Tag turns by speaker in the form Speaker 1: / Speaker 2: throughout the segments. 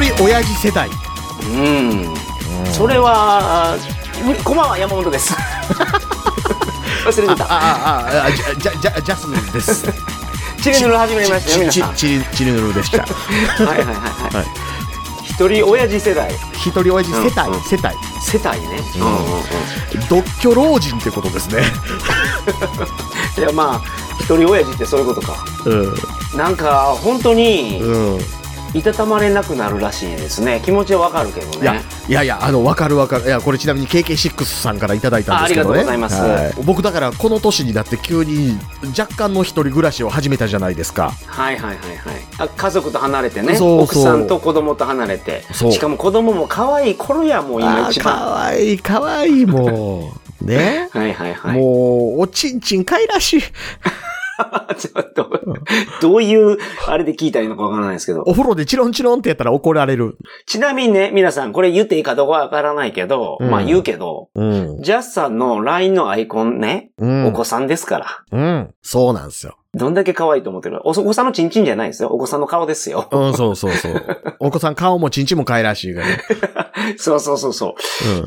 Speaker 1: 人親父世代。
Speaker 2: うんそれはあこんばんは山本です 忘れてた
Speaker 1: ああ、ああ、じゃ、じゃ、じゃ、ジャスミンです。
Speaker 2: チリヌル始まりましたよ皆
Speaker 1: ち
Speaker 2: さん、
Speaker 1: ち、ち、ちりぬるでした。
Speaker 2: はいはいはいはい、
Speaker 1: はい
Speaker 2: 一人親父世代
Speaker 1: 一人親父世
Speaker 2: うんう
Speaker 1: 帯、
Speaker 2: ん
Speaker 1: 世帯。
Speaker 2: 世帯ね、うんうんうん、
Speaker 1: 独居老人ってことですね。
Speaker 2: いやまあ一人親父ってそういうことか
Speaker 1: う
Speaker 2: なんか本当に
Speaker 1: ん。うん。
Speaker 2: いたたまれなくなるらしいですね気持ちはわかるけどね
Speaker 1: いや、いやいや、あの、わかるわかる。いや、これちなみに KK6 さんからいただいたんですけどね。
Speaker 2: あありがとうございます
Speaker 1: は僕だから、この年になって急に若干の一人暮らしを始めたじゃないですか。
Speaker 2: はいはいはいはいあ家族と離れて
Speaker 1: そ
Speaker 2: ね
Speaker 1: うそう
Speaker 2: 奥さんと子供と離れて
Speaker 1: そう
Speaker 2: しかも子供も可愛い頃やもう今
Speaker 1: あー
Speaker 2: 一
Speaker 1: か
Speaker 2: 番
Speaker 1: わいい、かわいい、もう。ね。
Speaker 2: はいはいはい
Speaker 1: もう、おちんちんかいらしい。
Speaker 2: ちょっと、どういう、あれで聞いたらいいのかわからないですけど。
Speaker 1: お風呂でチロンチロンってやったら怒られる。
Speaker 2: ちなみにね、皆さん、これ言っていいかどうかわからないけど、
Speaker 1: うん
Speaker 2: まあ言うけど、
Speaker 1: うん。
Speaker 2: ジャスさんの LINE のアイコンね、
Speaker 1: うん
Speaker 2: お子さんですから。
Speaker 1: うん。そうなんですよ。
Speaker 2: どんだけ可愛いと思ってるおお子さんのチンチンじゃないですよ。お子さんの顔ですよ。
Speaker 1: うん、そうそうそう。 お子さん顔もちんちんもかいらしいから。
Speaker 2: そうそうそうそ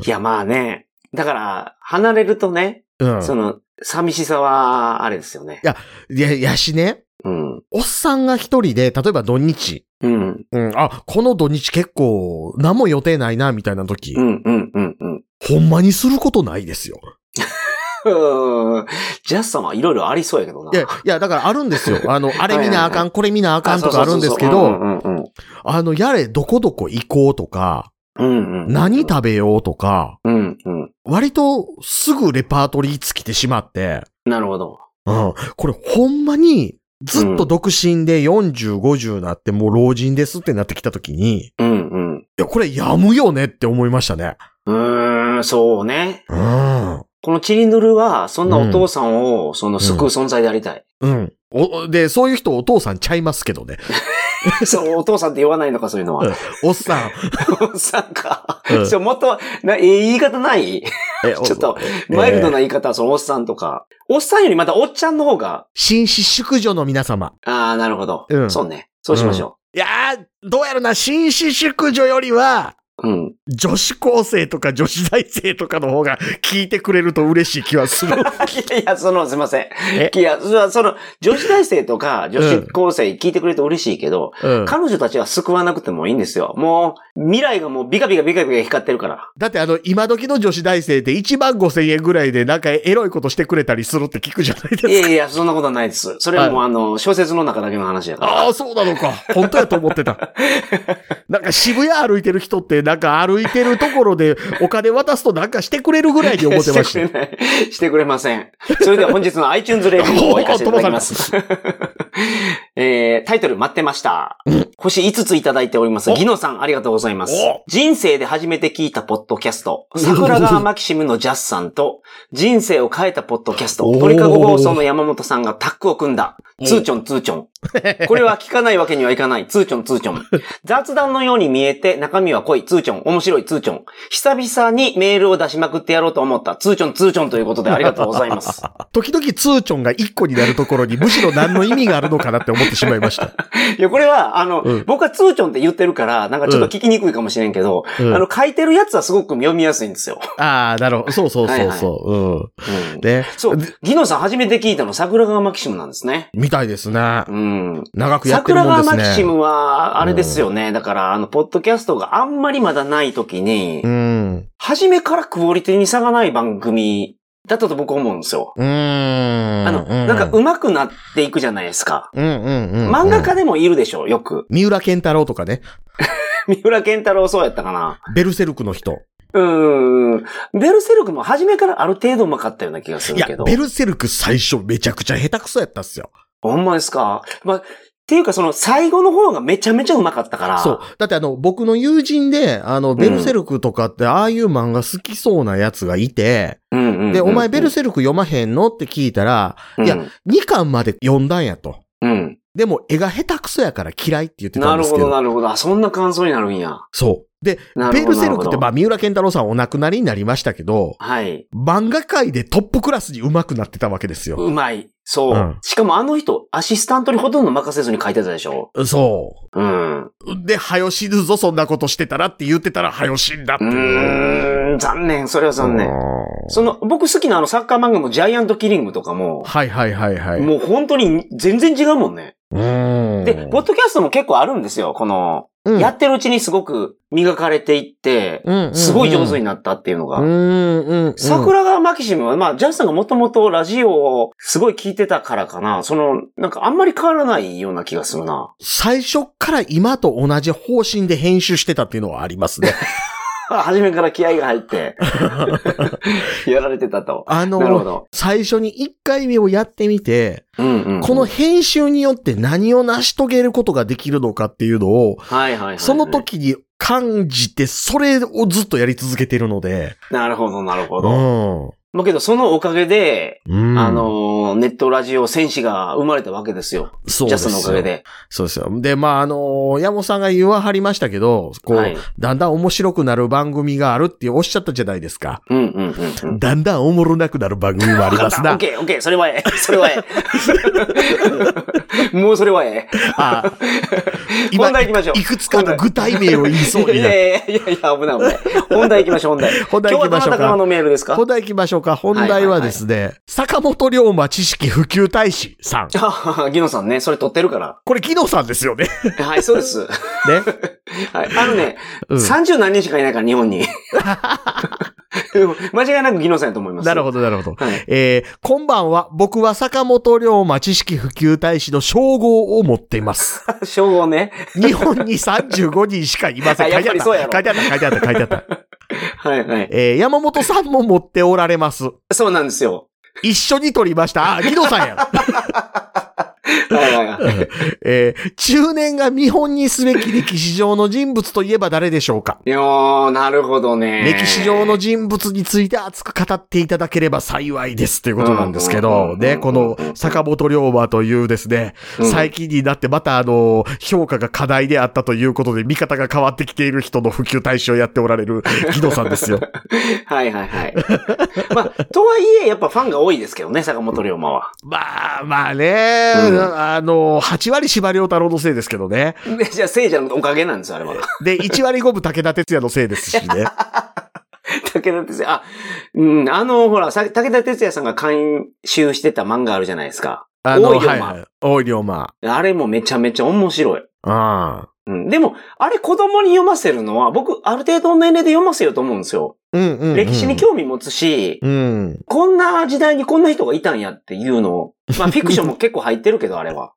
Speaker 2: う。いや、まあね。だから、離れるとね、
Speaker 1: うん。う
Speaker 2: その、寂しさは、あれですよね。
Speaker 1: ん。いや、いやしね、
Speaker 2: うん。
Speaker 1: おっさんが一人で、例えば土日。
Speaker 2: うん。
Speaker 1: うん。あ、この土日結構、何も予定ないな、みたいな時。
Speaker 2: うん、うん、うん、うん。
Speaker 1: ほんまにすることないですよ。
Speaker 2: うーんジャスさんはいろいろありそうやけどな。
Speaker 1: いや、いや、だからあるんです よ。あの、あれ見なあ
Speaker 2: はいはい
Speaker 1: か
Speaker 2: は
Speaker 1: ん、これ見なあかんとかあるんですけ
Speaker 2: そうそう
Speaker 1: ど、
Speaker 2: そうそううんうんうん
Speaker 1: あの、やれ、どこどこ行こうとか、
Speaker 2: うんうん、
Speaker 1: 何食べようとか、
Speaker 2: うんうん。
Speaker 1: 割とすぐレパートリー尽きてしまって、
Speaker 2: なるほど。
Speaker 1: うん。これほんまに、ずっと独身で40、50なってもう老人ですってなってきた時に、い
Speaker 2: うんうん。
Speaker 1: や、これやむよねって思いましたね。
Speaker 2: うーん、そうね。
Speaker 1: うん。
Speaker 2: このチリヌルは、そんなお父さんを、その、救う存在であり たい。
Speaker 1: うん。お、で、そういう人お父さんちゃいますけどね。
Speaker 2: そう、お父さんって言わないのか、そういうのは。
Speaker 1: おっさん。
Speaker 2: おっさんか。
Speaker 1: うん
Speaker 2: そう、もっと、な、え言い方ない
Speaker 1: え
Speaker 2: ちょっと、
Speaker 1: えー
Speaker 2: マイルドな言い方は、その、おっさんとか。おっさんよりまた、おっちゃんの方が、
Speaker 1: 紳士淑女の皆様。
Speaker 2: ああ、なるほど。
Speaker 1: うん
Speaker 2: そうね。そうしましょ
Speaker 1: いやー、どうやろな、紳士淑女よりは、
Speaker 2: う。うん。
Speaker 1: 女子高生とか女子大生とかの方が聞いてくれると嬉しい気はする。
Speaker 2: いやいや、その、すいません
Speaker 1: え。
Speaker 2: いや、それはその、女子大生とか、女子高生聞いてくれて嬉しいけど、
Speaker 1: うん
Speaker 2: 彼女たちは救わなくてもいいんですよ。もう、未来がもうビカビカビカビカ光ってるから。
Speaker 1: だってあの、今時の女子大生って1万5千円ぐらいでなんかエロいことしてくれたりするって聞くじゃないです
Speaker 2: い
Speaker 1: か。
Speaker 2: やいや、そんなことはないです。それはもうあの、小説の中だけの話だから。
Speaker 1: ああ、そうなのか。本当やと思って た。なんか渋谷歩いてる人って、なんか歩いてるところでお金渡すとなんかしてくれるぐらいに思って ました。
Speaker 2: てくれない。 してくれません。それでは本日の iTunes レビューを行かせていただきます。 えー、タイトル待ってました。星5ついただいております。
Speaker 1: お
Speaker 2: ギノさん、ありがとうございます
Speaker 1: お。
Speaker 2: 人生で初めて聞いたポッドキャスト。
Speaker 1: うん
Speaker 2: 桜川マキシムのジャスさんと、人生を変えたポッドキャスト
Speaker 1: お。ー
Speaker 2: 鳥かご放送の山本さんがタッグを組んだ。ツーチョンツーチョン。これは聞かないわけにはいかない。ツーチョン、ツーチョ ン。雑談のように見えて中身は濃い。ツーチョン。面白い。ツーチョン。久々にメールを出しまくってやろうと思った。ツーチョン、ツーチョンということでありがとうござ います。
Speaker 1: 時々ツーチョンが1個になるところにむしろ何の意味があるのかなって思ってしまいま した。
Speaker 2: いや、これは、あの、
Speaker 1: うん
Speaker 2: 僕はツーチョンって言ってるから、なんかちょっと聞きにくいかもしれんけど、
Speaker 1: うん
Speaker 2: あの、書いてるやつはすごく読みやすいんですよ。
Speaker 1: ああ、なるほど。そうそうそうそう。
Speaker 2: うん
Speaker 1: うん。ね。
Speaker 2: そう。ギノさん初めて聞いたの桜川マキシムなんですね。
Speaker 1: みたいですね。
Speaker 2: うん。
Speaker 1: 長くやってる
Speaker 2: 桜
Speaker 1: もん
Speaker 2: 川
Speaker 1: です
Speaker 2: マ
Speaker 1: ね。
Speaker 2: キシムは、あれですよね。だから、あの、ポッドキャストがあんまりまだない時に、
Speaker 1: うん。
Speaker 2: 初めからクオリティに差がない番組だったと僕思うんですよ。
Speaker 1: うーん。
Speaker 2: あの、なんか上手くなっていくじゃないですか。
Speaker 1: うんうんうん。
Speaker 2: 漫画家でもいるでしょ、よく。
Speaker 1: 三浦健太郎とかね。
Speaker 2: 三浦健太郎そうやったかな。
Speaker 1: ベルセルクの人。
Speaker 2: うーん。ベルセルクも初めからある程度上手かったような気がす
Speaker 1: い
Speaker 2: る
Speaker 1: や
Speaker 2: けど、。
Speaker 1: ベルセルク最初めちゃくちゃ下手くそやったっすよ。
Speaker 2: ほんまですか。まあ、っていうかその最後の方がめちゃめちゃ上手かったから。
Speaker 1: そう。だってあの、僕の友人で、あの、ベルセルクとかってああいう漫画好きそうなやつがいて、
Speaker 2: うん。うんうん
Speaker 1: で、お前ベルセルク読まへんのって聞いたら、
Speaker 2: うん
Speaker 1: いや2巻まで読んだんやと。
Speaker 2: うん。
Speaker 1: でも絵が下手くそやから嫌いって言ってた
Speaker 2: なんる
Speaker 1: です
Speaker 2: ほ
Speaker 1: け
Speaker 2: ど、
Speaker 1: ど。
Speaker 2: なるほど。あ、そんな感想になるんや。
Speaker 1: そう。で、
Speaker 2: なる
Speaker 1: ベ
Speaker 2: ほ
Speaker 1: ル
Speaker 2: ど。
Speaker 1: セルクって、ま
Speaker 2: なる
Speaker 1: あ、三浦健太郎さんお亡くなりになりましたけど、
Speaker 2: ほどはい。
Speaker 1: 漫画界でトップクラスに上手くなってたわけですよ。
Speaker 2: うまい。そう、
Speaker 1: うん
Speaker 2: しかもあの人、アシスタントにほとんど任せずに書いてたでしょ。
Speaker 1: そ
Speaker 2: うん。う
Speaker 1: う。で、はよ死ぬぞ、そんなことしてたらって言ってたら、はよ死んだっていう。
Speaker 2: ーん、残念。それは残念。
Speaker 1: う
Speaker 2: その、僕好きなあのサッカー漫画もジャイアントキリングとかも
Speaker 1: ん。、はいはいはいはい。
Speaker 2: もう本当に全然違うもんね。
Speaker 1: うん
Speaker 2: で、ポッドキャストも結構あるんですよ。この、
Speaker 1: うん
Speaker 2: やってるうちにすごく磨かれていって、すごい上手になったっていうの
Speaker 1: う
Speaker 2: が。
Speaker 1: んうんうん。
Speaker 2: 桜川マキシムは、まあ、ジャスさんがもともとラジオをすごい聞いてたからかな。その、なんかあんまり変わらないような気がするな。
Speaker 1: 最初から今と同じ方針で編集してたっていうのはあります ね。
Speaker 2: 初めから気合が入って、 やられてたと。
Speaker 1: あ
Speaker 2: なるほ
Speaker 1: の、
Speaker 2: ど。
Speaker 1: 最初に1回目をやってみて、
Speaker 2: うんうん。
Speaker 1: この、編集によって何を成し遂げることができるのかっていうのを、
Speaker 2: はいはいはい、はい。
Speaker 1: その。時に感じて、それをずっとやり続けてるので。
Speaker 2: なるほど、なるほ
Speaker 1: う
Speaker 2: ど。
Speaker 1: ん。
Speaker 2: まあけど、そのおかげで、
Speaker 1: うん
Speaker 2: あ、のー、ネットラジオ戦士が生まれたわけですよ。
Speaker 1: そう
Speaker 2: ジ
Speaker 1: で
Speaker 2: ャ
Speaker 1: す
Speaker 2: ス
Speaker 1: よ
Speaker 2: のおかげ。で。
Speaker 1: そうですよ。で、まあ、あの、山本さんが言わはりましたけど、こう、
Speaker 2: はい。
Speaker 1: だんだん面白くなる番組があるっておっしゃったじゃないですか。
Speaker 2: うんうんうんうん。
Speaker 1: だんだんおもろなくなる番組もありま
Speaker 2: わかっ
Speaker 1: す
Speaker 2: た。オッ
Speaker 1: な。
Speaker 2: ケー、オッケー、それはええ。それはえ え。もうそれはええ。
Speaker 1: あ
Speaker 2: 本題行きましょう
Speaker 1: いくつかの具体名を言いそう
Speaker 2: い
Speaker 1: に
Speaker 2: や
Speaker 1: なる。
Speaker 2: いやいやいや、危ない危ない。本題行きましょう、本題。
Speaker 1: 本題
Speaker 2: 今日
Speaker 1: 行き
Speaker 2: はど
Speaker 1: ましょう
Speaker 2: なたから
Speaker 1: か。
Speaker 2: のメールですか
Speaker 1: 本題行きましょうか。本題はですね、坂本龍馬知識普及大使さん。
Speaker 2: ああ、ギノさんね、それ撮ってるから。
Speaker 1: これ、木野さんですよね。
Speaker 2: はい、そう です。は
Speaker 1: ね。
Speaker 2: い。あのね、
Speaker 1: うん
Speaker 2: 30何人しかいないから、日本 に。間違いなくギノさんやと思います。
Speaker 1: なるほ
Speaker 2: ど。
Speaker 1: ど、なるほど。
Speaker 2: はい。
Speaker 1: えー、こんばんは。僕は坂本龍馬知識普及大使の称号を持っています。
Speaker 2: 称号ね。
Speaker 1: 日本に35人しかいません。
Speaker 2: や
Speaker 1: 書
Speaker 2: っ
Speaker 1: いてあっ
Speaker 2: ぱり
Speaker 1: た。
Speaker 2: そう
Speaker 1: 書
Speaker 2: やろ
Speaker 1: いてあった、書いてあった、書いてあった。
Speaker 2: はいはい。
Speaker 1: えー、山本さんも持っておられます。
Speaker 2: そうなんですよ。
Speaker 1: 一緒に撮りました。あ、木戸さんや。
Speaker 2: はいはいはい。
Speaker 1: えー、中年が見本にすべき歴史上の人物といえば誰でしょうか
Speaker 2: いやー、なるほどね。
Speaker 1: 歴史上の人物について熱く語っていただければ幸いですということなんですけ
Speaker 2: うんうんう
Speaker 1: ど、
Speaker 2: んうんう
Speaker 1: ね、
Speaker 2: ん
Speaker 1: この坂本龍馬というですね、
Speaker 2: うん
Speaker 1: 最近になってまたあの、評価が課題であったということで、見方が変わってきている人の普及対象をやっておられる木戸さんですよ。
Speaker 2: はいはいはい。まあ、とはいえ、やっぱファンが多いですけどね、坂本龍馬は。
Speaker 1: まあまあね、
Speaker 2: うん
Speaker 1: あの、8割柴良太郎のせいですけどね。
Speaker 2: でじゃあ、聖者のおかげなんですよ、あれは。
Speaker 1: で、1割5分武田鉄矢のせいですし ね。
Speaker 2: 武田鉄矢、あ、うん、あの、ほら、さ武田鉄矢さんが監修してた漫画あるじゃないですか。
Speaker 1: あの、
Speaker 2: 大井龍馬
Speaker 1: はいはい。大井龍馬。
Speaker 2: あれもめちゃめちゃ面白い。
Speaker 1: ああ。
Speaker 2: うん、でも、あれ子供に読ませるのは、僕、ある程度の年齢で読ませようと思うんですよ。
Speaker 1: うんうん、うん。
Speaker 2: 歴史に興味持つし、
Speaker 1: うん。
Speaker 2: こんな時代にこんな人がいたんやっていうのを、まあ、フィクションも結構入ってるけど、あれは。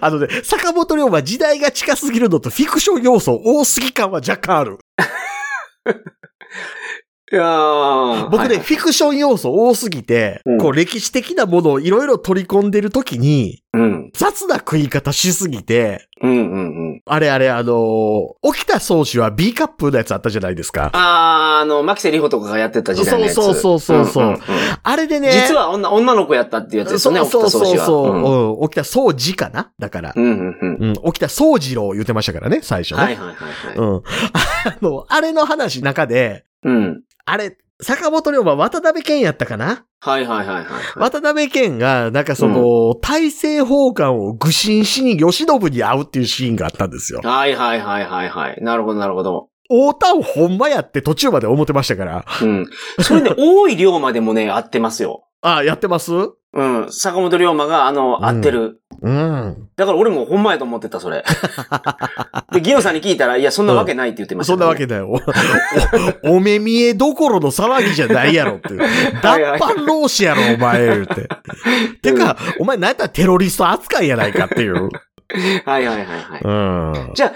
Speaker 1: あのね、坂本龍馬時代が近すぎるのとフィクション要素多すぎ感は若干ある。
Speaker 2: いやー
Speaker 1: 僕ね、
Speaker 2: はい
Speaker 1: フィクション要素多すぎて、
Speaker 2: うん
Speaker 1: こう歴史的なものをいろいろ取り込んでるときに、
Speaker 2: うん、
Speaker 1: 雑な食い方しすぎて、
Speaker 2: うん、うん、うん。
Speaker 1: あれあれあのー、沖田総司は B カップのやつあったじゃないですか。
Speaker 2: あー、あの、牧瀬里穂とかがやってた時代のやつ。
Speaker 1: そうそうそうそうそうん
Speaker 2: んん
Speaker 1: あれでね、
Speaker 2: 実は女女の子やったっていうやつですよね、
Speaker 1: そうそうそうそう、
Speaker 2: 沖田
Speaker 1: うん
Speaker 2: 総司は
Speaker 1: 沖田総司かなだから。
Speaker 2: うんうんうんうん
Speaker 1: うん、沖田総司郎言ってましたからね、最初ね。
Speaker 2: はいはいはいはい。
Speaker 1: うん。あの、あれの話の中で、
Speaker 2: うん。
Speaker 1: あれ、坂本龍馬渡辺謙やったかな、
Speaker 2: はいはいはいはい。
Speaker 1: 渡辺謙が、なんかその、大政奉還を愚心しに吉信に会うっていうシーンがあったんですよ。
Speaker 2: はいはいはいはいはい。なるほどなるほど。
Speaker 1: 大田をほんまやって途中まで思ってましたから。
Speaker 2: うん。それね、多い龍馬でもね、合ってますよ。
Speaker 1: あ、やってますう
Speaker 2: うん。坂本龍馬が、あの、合ってる。
Speaker 1: ん。
Speaker 2: だから俺もほんまやと思って た、それ。で、ギノさんに聞いたら、いや、そんなわけないって言ってました
Speaker 1: そん
Speaker 2: け
Speaker 1: な
Speaker 2: ど
Speaker 1: わ
Speaker 2: ね、
Speaker 1: けだ よ。お、おお目見えどころの騒ぎじゃないやろっていう。
Speaker 2: はい
Speaker 1: 脱
Speaker 2: はい
Speaker 1: 藩老子やろ、お前、言うて。てか、お前、なんやったらテロリスト扱いやないかっていう。
Speaker 2: はいはいはいはい。
Speaker 1: うん。
Speaker 2: じゃあ、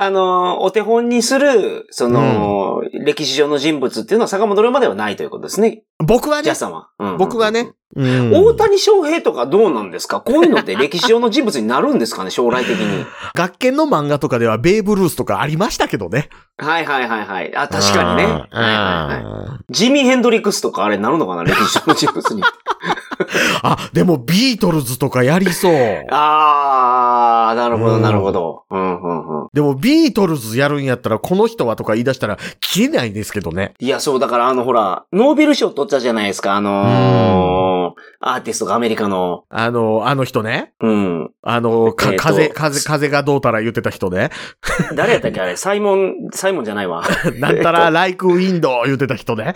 Speaker 2: あのーお手本にする、その、歴史上の人物っていうのは坂本龍馬ではないということですね。
Speaker 1: 僕は
Speaker 2: ジャ
Speaker 1: ね
Speaker 2: ス、さんは。うん
Speaker 1: 僕はね。、うん
Speaker 2: 大谷翔平とかどうなんですかこういうのって歴史上の人物になるんですかね将来的 に。
Speaker 1: 学研の漫画とかではベーブ・ルースとかありましたけどね。
Speaker 2: はいはいはいはい。あ、確かにね。
Speaker 1: うん
Speaker 2: はいはいはい。ジミー・ヘンドリックスとかあれなるのかな歴史上の人 物に。
Speaker 1: あ、でもビートルズとかやりそう。
Speaker 2: あー、なるほ
Speaker 1: う
Speaker 2: ど
Speaker 1: ん
Speaker 2: なるほど。うんうんうん。
Speaker 1: でもビートルズやるんやったらこの人はとか言い出したら切れないんですけどね。
Speaker 2: いや、そう、だからあのほら、ノーベル賞取ったじゃないですか。あのーアーティストがアメリカの、
Speaker 1: あの、あの人ね。
Speaker 2: うん。
Speaker 1: あの、か
Speaker 2: えーと
Speaker 1: 風、風、風がどうたら言ってた人ね。
Speaker 2: 誰やったっけあれ、サイモン、サイモンじゃないわ。
Speaker 1: なんたら、ライクウィンドウ言ってた人ね。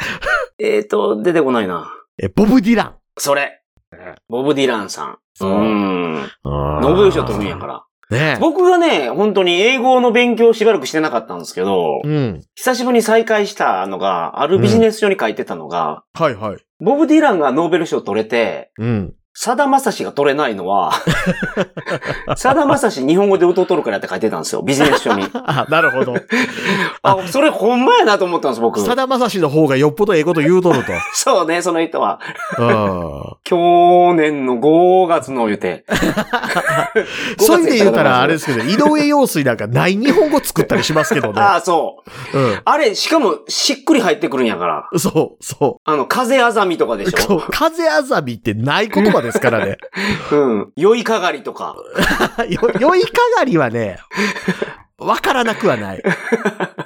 Speaker 2: えっと、出てこないな。
Speaker 1: え、ボブ・ディラン。
Speaker 2: それ。ボブ・ディランさん。
Speaker 1: そう
Speaker 2: うん。ノ
Speaker 1: ノ
Speaker 2: ブヨシを取るんやから。
Speaker 1: ら。ねえ。
Speaker 2: 僕がね、本当に英語の勉強をしばらくしてなかったんですけど、
Speaker 1: うん。
Speaker 2: 久しぶりに再会したのが、あるビジネス書に書いてたのが、
Speaker 1: はいはい。
Speaker 2: ボブ・ディランがノーベル賞取れて、
Speaker 1: うん。
Speaker 2: さだまさしが取れないの は、さだまさし日本語で歌を取るからって書いてたんですよ、ビジネス書 に。
Speaker 1: あ、なるほど。
Speaker 2: あ、それほんまやなと思ったんです、僕。
Speaker 1: さだまさしの方がよっぽどええこと言うと ると。
Speaker 2: そうね、その人は。
Speaker 1: うん
Speaker 2: 去年の5月の言うて。。
Speaker 1: そういう意味で言うたら、あれですすけど、井上陽水なんかない日本語作ったりしますけどね。
Speaker 2: ああ、そう。
Speaker 1: う
Speaker 2: あれ、しかも、しっくり入ってくるんやから。
Speaker 1: ん。そう、そ
Speaker 2: あの、風あざみとかで
Speaker 1: う。
Speaker 2: し
Speaker 1: そ
Speaker 2: ょ
Speaker 1: う風あざみってない言葉ですからね。
Speaker 2: うん。酔いかがりとか。
Speaker 1: よ、酔いかがりはね、わからなくは ない。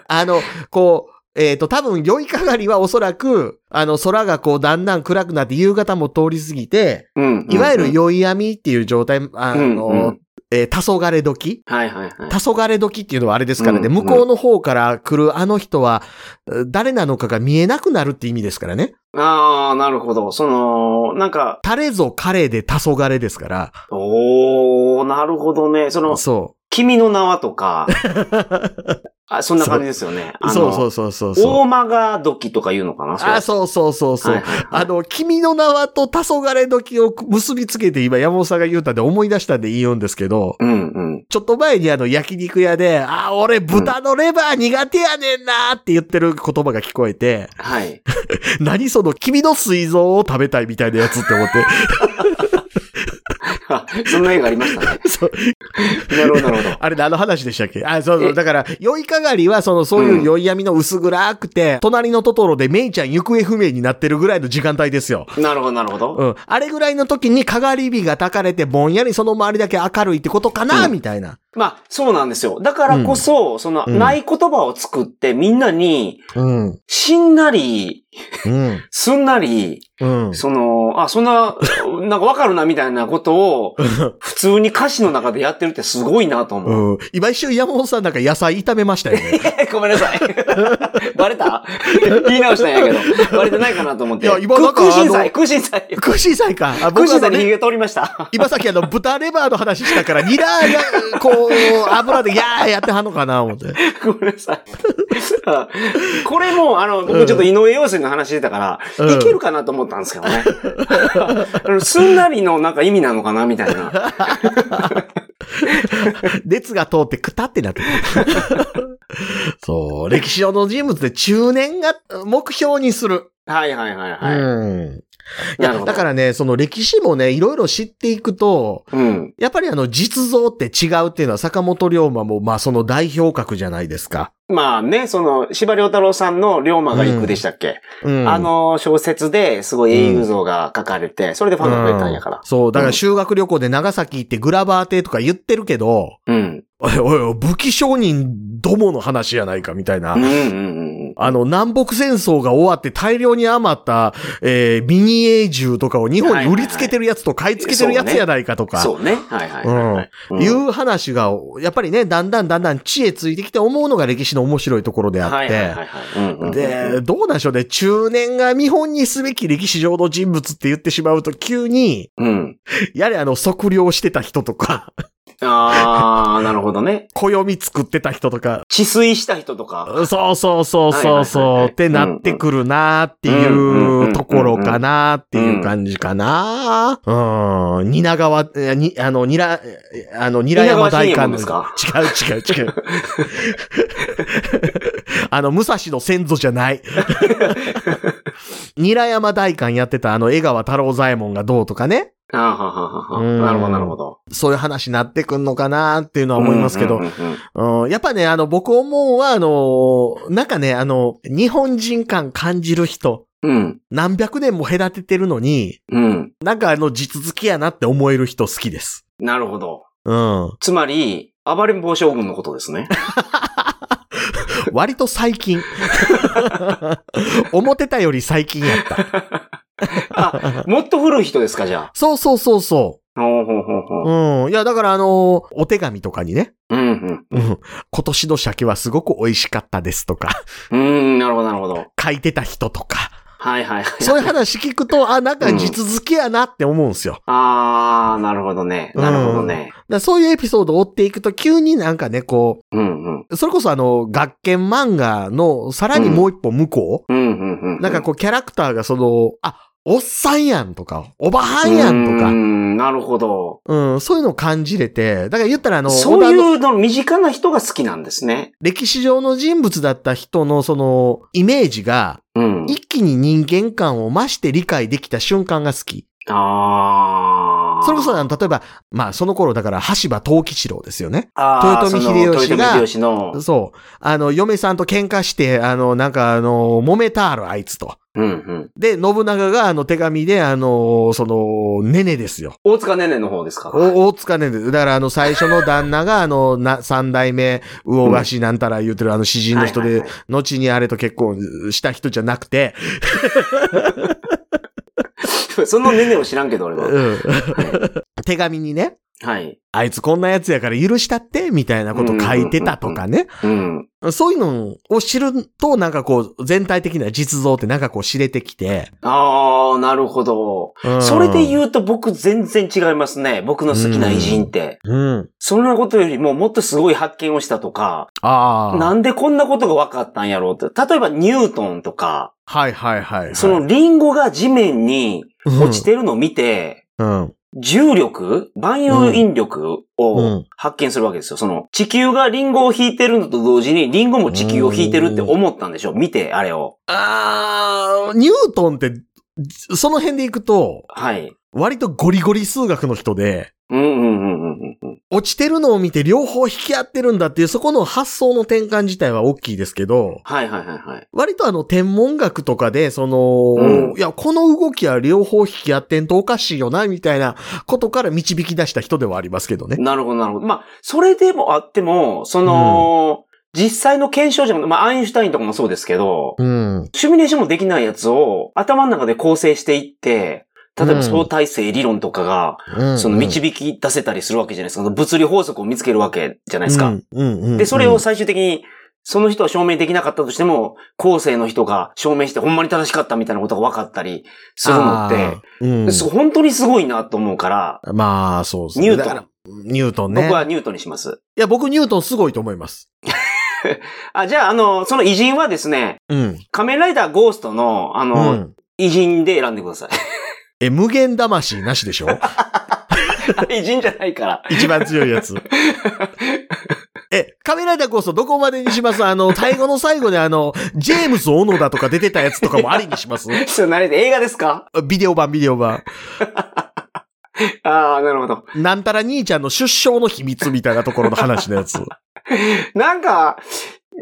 Speaker 1: あの、こう、えっ、と、多分酔いかがりはおそらく、あの、空がこう、だんだん暗くなって夕方も通り過ぎて、
Speaker 2: うん。
Speaker 1: いわゆる
Speaker 2: 酔
Speaker 1: 酔い闇っていう状態、あの、
Speaker 2: うんうん
Speaker 1: えー黄昏時
Speaker 2: はいはいはい。
Speaker 1: 黄昏時っていうのはあれですからね、
Speaker 2: うんうん
Speaker 1: 向こうの方から来るあの人は、えー誰なのかが見えなくなるって意味ですからね。
Speaker 2: ああ、なるほど。その、なんか、
Speaker 1: 誰ぞ彼で黄昏ですから、
Speaker 2: おー、なるほどね。その、
Speaker 1: そ
Speaker 2: 君の名はと か、あそんな感じですよね。
Speaker 1: う。そうそううそうそうそう。
Speaker 2: 大間が時とか言うのかな
Speaker 1: あ、そうそうそうそう。あ
Speaker 2: あの、
Speaker 1: の、君の名はと黄昏時を結びつけて今山本さんが言うたんで思い出したんで言うんですけど、
Speaker 2: うんうん。
Speaker 1: ちょっと前にあの焼肉屋で、あ、俺豚のレバー苦手やねんなって言ってる言葉が聞こえて、
Speaker 2: はい。
Speaker 1: 何その君の膵臓を食べたいみたいなやつって思って、
Speaker 2: あそんな映画ありましたね。
Speaker 1: そう
Speaker 2: なるほど、なるほど。
Speaker 1: あれ何の話でしたっけあ、そうそう。
Speaker 2: え
Speaker 1: だから、酔いかがりはそのそういう酔い闇の薄暗くて、隣のトトロでメイちゃん行方不明になってるぐらいの時間帯ですよ。
Speaker 2: なるほど、なるほど。
Speaker 1: うん。あれぐらいの時にかがり火が焚かれてぼんやりその周りだけ明るいってことかな、
Speaker 2: うん
Speaker 1: みたいな。
Speaker 2: まあ、そうなんですよ。だからこそ、その、
Speaker 1: うん
Speaker 2: ない言葉を作って、みんなに、
Speaker 1: うん。
Speaker 2: しんなり、
Speaker 1: うん。
Speaker 2: すんなり、
Speaker 1: うん。
Speaker 2: その、あ、そんな、なんかわかるなみたいなことを、普通に歌詞の中でやってるってすごいなと思
Speaker 1: う
Speaker 2: う。
Speaker 1: ん、今一瞬山本さんなんか野菜炒めましたよね。
Speaker 2: ごめん なさい。バレた言い直したんやけど。バレてないかなと思って。
Speaker 1: いや今なんか
Speaker 2: く空心
Speaker 1: あ
Speaker 2: 菜、
Speaker 1: の
Speaker 2: 空心菜。
Speaker 1: 空心菜か。あ
Speaker 2: 空
Speaker 1: 僕
Speaker 2: 心
Speaker 1: は
Speaker 2: 菜に
Speaker 1: ね、
Speaker 2: 髭通りました。
Speaker 1: 今さっきあの豚レバーの話したから、ニラが、こう、油でやーやってはんのかな、思って。
Speaker 2: ごめんなさい。 これも、あの、僕ちょっと井上陽水の話出たから、
Speaker 1: うん
Speaker 2: いけるかなと思ったんですけどね。あの すんなりのなんか意味なのかなみたいな。
Speaker 1: 熱が通ってくたってな ってくるそう、歴史上の人物で中年が目標にする。
Speaker 2: はいはいはいはい。
Speaker 1: うん。い
Speaker 2: な
Speaker 1: や、
Speaker 2: るほど。
Speaker 1: だからね、その歴史もね、いろいろ知っていくと、
Speaker 2: うん。
Speaker 1: やっぱりあの、実像って違うっていうのは坂本龍馬も、まあその代表格じゃないですか。
Speaker 2: まあね、その、司馬遼太郎さんの龍馬が行くでしたっけ、
Speaker 1: うん。
Speaker 2: あの小説ですごい英雄像が書かれて、それでファンが増えたんやから。
Speaker 1: そう、だか
Speaker 2: う
Speaker 1: ら
Speaker 2: ん
Speaker 1: 修学旅行で長崎行ってグラバー亭とか言ってるけど、
Speaker 2: うん。
Speaker 1: おいおいおい、武器商人どもの話やないかみたいな。
Speaker 2: うんうんうんうん。
Speaker 1: あの、南北戦争が終わって大量に余った、えー、ミニエージュとかを日本に売りつけてるやつと買い付けてるやつやないかとか、
Speaker 2: そうね。はいはいはいはい。
Speaker 1: い
Speaker 2: うん
Speaker 1: う話が、やっぱりね、だんだんだんだん知恵ついてきて思うのが歴史の面白いところであ
Speaker 2: は
Speaker 1: っ
Speaker 2: いはいは
Speaker 1: て
Speaker 2: い、はい。うんうん
Speaker 1: で、どうなんでしょうね、中年が見本にすべき歴史上の人物って言ってしまうと急に、
Speaker 2: うん。
Speaker 1: やれあの、測量してた人と か、
Speaker 2: あー、なるほどね。
Speaker 1: 暦作ってた人とか、
Speaker 2: 治水した人とか。
Speaker 1: そうそうそうそう
Speaker 2: はいはいはい
Speaker 1: そう
Speaker 2: はい
Speaker 1: ってなってくるなーっていうところかなーっていう感じかなー。うん。蜷川、えに、あの、にら、えあの、にら山大観
Speaker 2: 蜷川
Speaker 1: 違う違う 違う。あの、武蔵の先祖じゃ ない。にら山大観やってたあの、江川太郎左衛門がどうとかね。
Speaker 2: あーはははは
Speaker 1: うん
Speaker 2: なるほどなるほど。
Speaker 1: そういう話になってくんのかなーっていうのは思いますけど
Speaker 2: うんう。んうんうん
Speaker 1: うん、やっぱね、あの、僕思うは、あの、なんかね、あの、日本人感感じる人、
Speaker 2: うん。
Speaker 1: 何百年も隔ててるのに、
Speaker 2: うん。
Speaker 1: なんかあの、地続きやなって思える人好きです。
Speaker 2: なるほど。
Speaker 1: うん。
Speaker 2: つまり、暴れん坊将軍のことで すね。
Speaker 1: 割と最近。思ってたより最近やった。
Speaker 2: あ、もっと古い人ですか、じゃ
Speaker 1: そうそうそうそ
Speaker 2: あ。ほうほうほうほ
Speaker 1: う。うん。いや、だからあの、お手紙とかにね、
Speaker 2: う。うん、うん。
Speaker 1: うん。今年の鮭はすごく美味しかったですとか、
Speaker 2: うん、なるほど、なるほど。
Speaker 1: 書いてた人とか、
Speaker 2: はいはいはい。
Speaker 1: そういう話聞くと、あ、なんか地続きやなって思うんですよ。
Speaker 2: あー、なるほどね。なるほど
Speaker 1: だ
Speaker 2: ね。
Speaker 1: からそういうエピソードを追っていくと、急になんかね、こ
Speaker 2: うん、うん。
Speaker 1: う、それこそあの、学研漫画のさらにもう一歩向こ
Speaker 2: うん、うん、うん。
Speaker 1: う、なんかこう、キャラクターがその、あ、おっさんやんとか、おばはんやんと
Speaker 2: うー
Speaker 1: か、
Speaker 2: ん、なるほど。
Speaker 1: うん、そういうのを感じれて、だから言ったらあの、
Speaker 2: そう
Speaker 1: 織田の
Speaker 2: いうの、身近な人が好きなんですね。
Speaker 1: 歴史上の人物だった人のその、イメージが、
Speaker 2: うん。
Speaker 1: 一気に人間観を増して理解できた瞬間が好き。
Speaker 2: あー。
Speaker 1: それこそあの、例えば、まあその頃だから、橋場東吉郎ですよね。
Speaker 2: あー、
Speaker 1: 豊臣
Speaker 2: その
Speaker 1: 秀吉が
Speaker 2: 豊臣秀吉の。
Speaker 1: そう。あの、嫁さんと喧嘩して、あの、なんかあの、揉めたある、あいつと。
Speaker 2: うん、うん。
Speaker 1: で、信長があの手紙で、あの、その、ねねですよ。
Speaker 2: 大塚ねねの方ですか
Speaker 1: お大塚ねねです。だからあの、最初の旦那が、あの、な、三代目、魚菓子なんたら言うてるあの詩人の人
Speaker 2: はいはい
Speaker 1: で
Speaker 2: はい、
Speaker 1: 後にあれと結婚した人じゃなくて、
Speaker 2: そのねねを知らんけど、俺は。
Speaker 1: うん 手紙にね、
Speaker 2: はい。
Speaker 1: あいつこんなやつやから許したって、みたいなこと書いてたとかね。
Speaker 2: うん。
Speaker 1: そういうのを知ると、なんかこう、全体的な実像ってなんかこう知れてきて。
Speaker 2: あー、なるほど。それで
Speaker 1: う
Speaker 2: 言うと僕全然違いますね。僕の好きな偉人って。
Speaker 1: ん。うん。
Speaker 2: そんなことよりももっとすごい発見をしたとか、
Speaker 1: ああ。
Speaker 2: なんでこんなことが分かったんやろうって。例えばニュートンとか、
Speaker 1: はいはいはい、はい。
Speaker 2: そのリンゴが地面に落ちてるのを見て、
Speaker 1: うん。うん。
Speaker 2: 重力万有引力
Speaker 1: う
Speaker 2: を
Speaker 1: ん
Speaker 2: 発見するわけですよ。その地球がリンゴを引いてるのと同時にリンゴも地球を引いてるって思ったんでしょ見て、あれを。
Speaker 1: ああ、ニュートンって、その辺でいくと、
Speaker 2: はい。
Speaker 1: 割とゴリゴリ数学の人で、
Speaker 2: うんうんうんうんうんうん。
Speaker 1: 落ちてるのを見て両方引き合ってるんだっていう、そこの発想の転換自体は大きいですけど、
Speaker 2: はいはいはいはい。
Speaker 1: 割とあの天文学とかで、その、
Speaker 2: うん
Speaker 1: いや、この動きは両方引き合ってんとおかしいよな、みたいなことから導き出した人ではありますけどね。
Speaker 2: なるほど、なるほど。まあ、それでもあっても、その、実際の検証じゃなくて、まあ、アインシュタインとかもそうですけど、
Speaker 1: うん。
Speaker 2: シミュレーションもできないやつを頭の中で構成していって、例え
Speaker 1: うん
Speaker 2: ば相対性理論とかが、その導き出せたりするわけじゃないですか。その物理法則を見つけるわけじゃないですか。
Speaker 1: うんうんうん、
Speaker 2: で、それを最終的に、その人は証明できなかったとしても、後世の人が証明してほんまに正しかったみたいなことが分かったりするのって、
Speaker 1: うん
Speaker 2: す本当にすごいなと思うから、
Speaker 1: まあ、そうですね。
Speaker 2: ニュートン
Speaker 1: だから。ニュートンね。
Speaker 2: 僕はニュートンにします。
Speaker 1: いや、僕ニュートンすごいと思います。
Speaker 2: あ、じゃあ、あの、その偉人はですね、
Speaker 1: うん。
Speaker 2: 仮面ライダーゴーストの、あ
Speaker 1: う
Speaker 2: の、
Speaker 1: ん。
Speaker 2: 偉人で選んでください。
Speaker 1: え、無限魂なしでしょ
Speaker 2: あ偉人じゃないから。
Speaker 1: 一番強いやつ。 え、仮面ライダーこそどこまでにしますあの、最後の最後であの、ジェームス・オノダとか出てたやつとかもありにします
Speaker 2: それ何で映画ですか
Speaker 1: ビデオ版、ビデオ版。
Speaker 2: ああ、なるほど。
Speaker 1: なんたら兄ちゃんの出生の秘密みたいなところの話のやつ。
Speaker 2: なんか、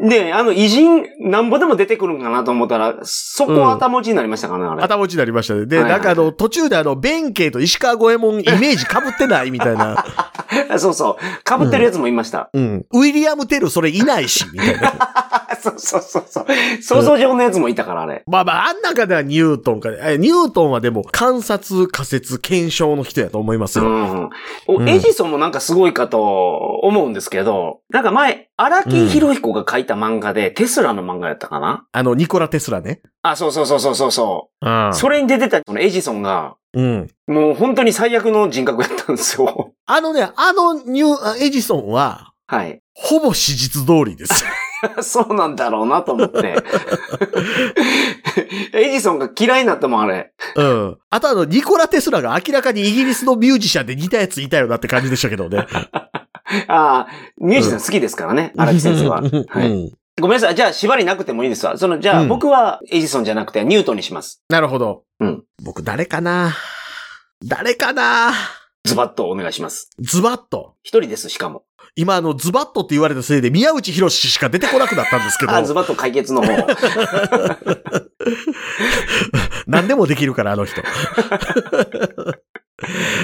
Speaker 2: ねあの、偉人、なんぼでも出てくるんかなと思ったら、そこ頭打ちになりましたかね、あれ。
Speaker 1: 頭打ちになりましたね。で、
Speaker 2: はいはい
Speaker 1: なんかあの、途中であの、弁慶と石川五右衛門イメージ被ってないみたいな。
Speaker 2: そうそう。被ってるやつもいました。
Speaker 1: うん。ウィリアム・テルそれいないし、みたい な。
Speaker 2: そうそうそうそう。想像上のやつもいたから、あれ。
Speaker 1: まあまあ、あん中ではニュートンかね。えニュートンはでも、観察、仮説、検証の人やと思います
Speaker 2: う
Speaker 1: よ。
Speaker 2: ん。お
Speaker 1: うん
Speaker 2: エジソンもなんかすごいかと思うんですけど、なんか前、荒木博彦が書いた漫画で、テスラの漫画やったかな
Speaker 1: あの、ニコラ・テスラね。
Speaker 2: あ、そうそうそうそうそうそう。それに出てたそのエジソンが、
Speaker 1: うん。
Speaker 2: もう本当に最悪の人格やったんですよ。
Speaker 1: あのね、あのニュー、あエジソンは、
Speaker 2: はい。
Speaker 1: ほぼ史実通りです。
Speaker 2: そうなんだろうなと思って。エジソンが嫌いになったもん、あれ。
Speaker 1: うん。あとあの、ニコラ・テスラが明らかにイギリスのミュージシャンで似たやついたよなって感じでしたけどね。
Speaker 2: ああ、ミュージシャン好きですからね、 荒木先 生は。は
Speaker 1: う
Speaker 2: い、
Speaker 1: ん。
Speaker 2: ごめんなさい。じゃあ、縛りなくてもいいですわ。その、じゃあ、
Speaker 1: うん
Speaker 2: 僕はエジソンじゃなくてニュートンにします。
Speaker 1: なるほど。
Speaker 2: うん。
Speaker 1: 僕、誰かな誰かな
Speaker 2: ズバッとお願いします。
Speaker 1: ズバッと。
Speaker 2: 一人です、しかも。
Speaker 1: 今、あの、ズバッとって言われたせいで、宮内博士しか出てこなくなったんですけど
Speaker 2: あ、、ズバッと解決の方。
Speaker 1: 何でもできるから、あの人。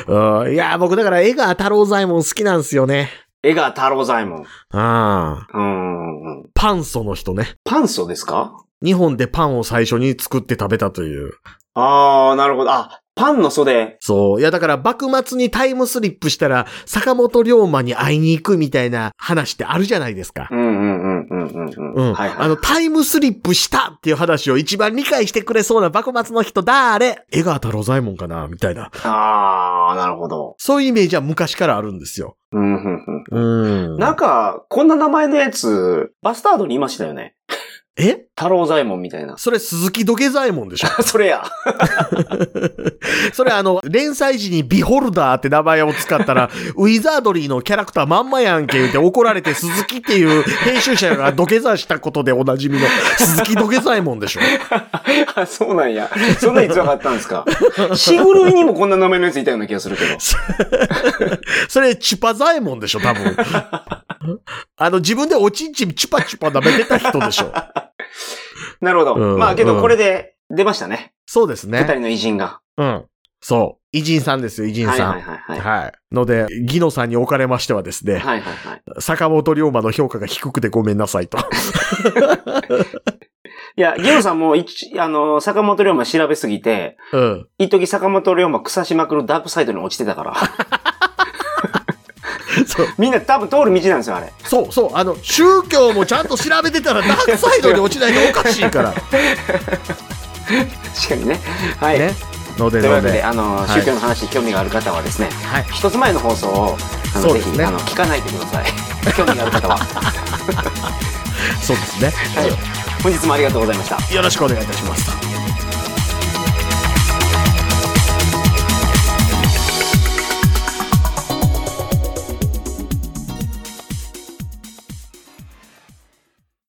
Speaker 1: うんいや、僕、だから、江川太郎左衛門好きなんですよね。
Speaker 2: 江川太郎左衛門。
Speaker 1: ああ。
Speaker 2: うーん。
Speaker 1: パンソの人ね。
Speaker 2: パンソですか
Speaker 1: 日本でパンを最初に作って食べたという。
Speaker 2: あー、なるほど。あ、パンの袖。
Speaker 1: そう。いや、だから、幕末にタイムスリップしたら、坂本龍馬に会いに行くみたいな話ってあるじゃないですか。
Speaker 2: うんうんうんうんうん。
Speaker 1: うん。
Speaker 2: はい
Speaker 1: あ
Speaker 2: はい。
Speaker 1: の、タイムスリップしたっていう話を一番理解してくれそうな幕末の人だーれ江川太郎左衛門かなみたいな。
Speaker 2: あー、なるほど。
Speaker 1: そういうイメージは昔からあるんですよ。
Speaker 2: うんうんうん。
Speaker 1: うん
Speaker 2: なんか、こんな名前のやつ、バスタードにいましたよね。
Speaker 1: え
Speaker 2: 太郎左衛門みたいな。
Speaker 1: それ鈴木土下左衛門でしょ
Speaker 2: それや。
Speaker 1: それあの、連載時にビホルダーって名前を使ったら、 ウィザードリーのキャラクターまんまやんけ言って怒られて鈴木っていう編集者が土下座したことでおなじ みの鈴木土下左衛門でしょ
Speaker 2: あ、そうなんや。そんなに強かったんですか。シグルイにもこんな名前のやついたような気がするけど。
Speaker 1: それ、チュパザエモンでしょ、多 分。あの、自分でおちんちんチュパチュパ舐めてた人でしょ。
Speaker 2: なるほど。
Speaker 1: うん
Speaker 2: まあけ
Speaker 1: う
Speaker 2: ど
Speaker 1: ん
Speaker 2: これで出ましたね。
Speaker 1: そうです
Speaker 2: 二、人
Speaker 1: ね。
Speaker 2: の偉人が。
Speaker 1: うん。そう。偉人さんですよ、偉人
Speaker 2: はい
Speaker 1: さん。
Speaker 2: は
Speaker 1: はいい
Speaker 2: はいはい。はい
Speaker 1: ので、ギノさんにおかれましてはですね、
Speaker 2: はいはい。
Speaker 1: 坂本龍馬の評価が低くてごめんなさいと。
Speaker 2: いや、ゲロさんも一、あの、坂本龍馬調べすぎて、
Speaker 1: うん。
Speaker 2: 一時坂本龍馬腐しまくるダークサイドに落ちてたから。
Speaker 1: そう、
Speaker 2: みんな多分通る道なんですよ、あれ。
Speaker 1: そう、そう、あの、宗教もちゃんと調べてたらダークサイドに落ちないとおかしいから。
Speaker 2: 確かにね。はい。
Speaker 1: ね。ので
Speaker 2: という
Speaker 1: の
Speaker 2: わけで、
Speaker 1: で。
Speaker 2: あの、
Speaker 1: い
Speaker 2: 宗教の話に興味がある方はですね、
Speaker 1: はい。
Speaker 2: 一つ前の放送を、あの、
Speaker 1: そう
Speaker 2: ぜ
Speaker 1: ですね
Speaker 2: ひ、あの、聞かないでください。 興味がある方は。は
Speaker 1: そうですね。
Speaker 2: い。本日もありがとうございました。
Speaker 1: よろしくお願いいたします。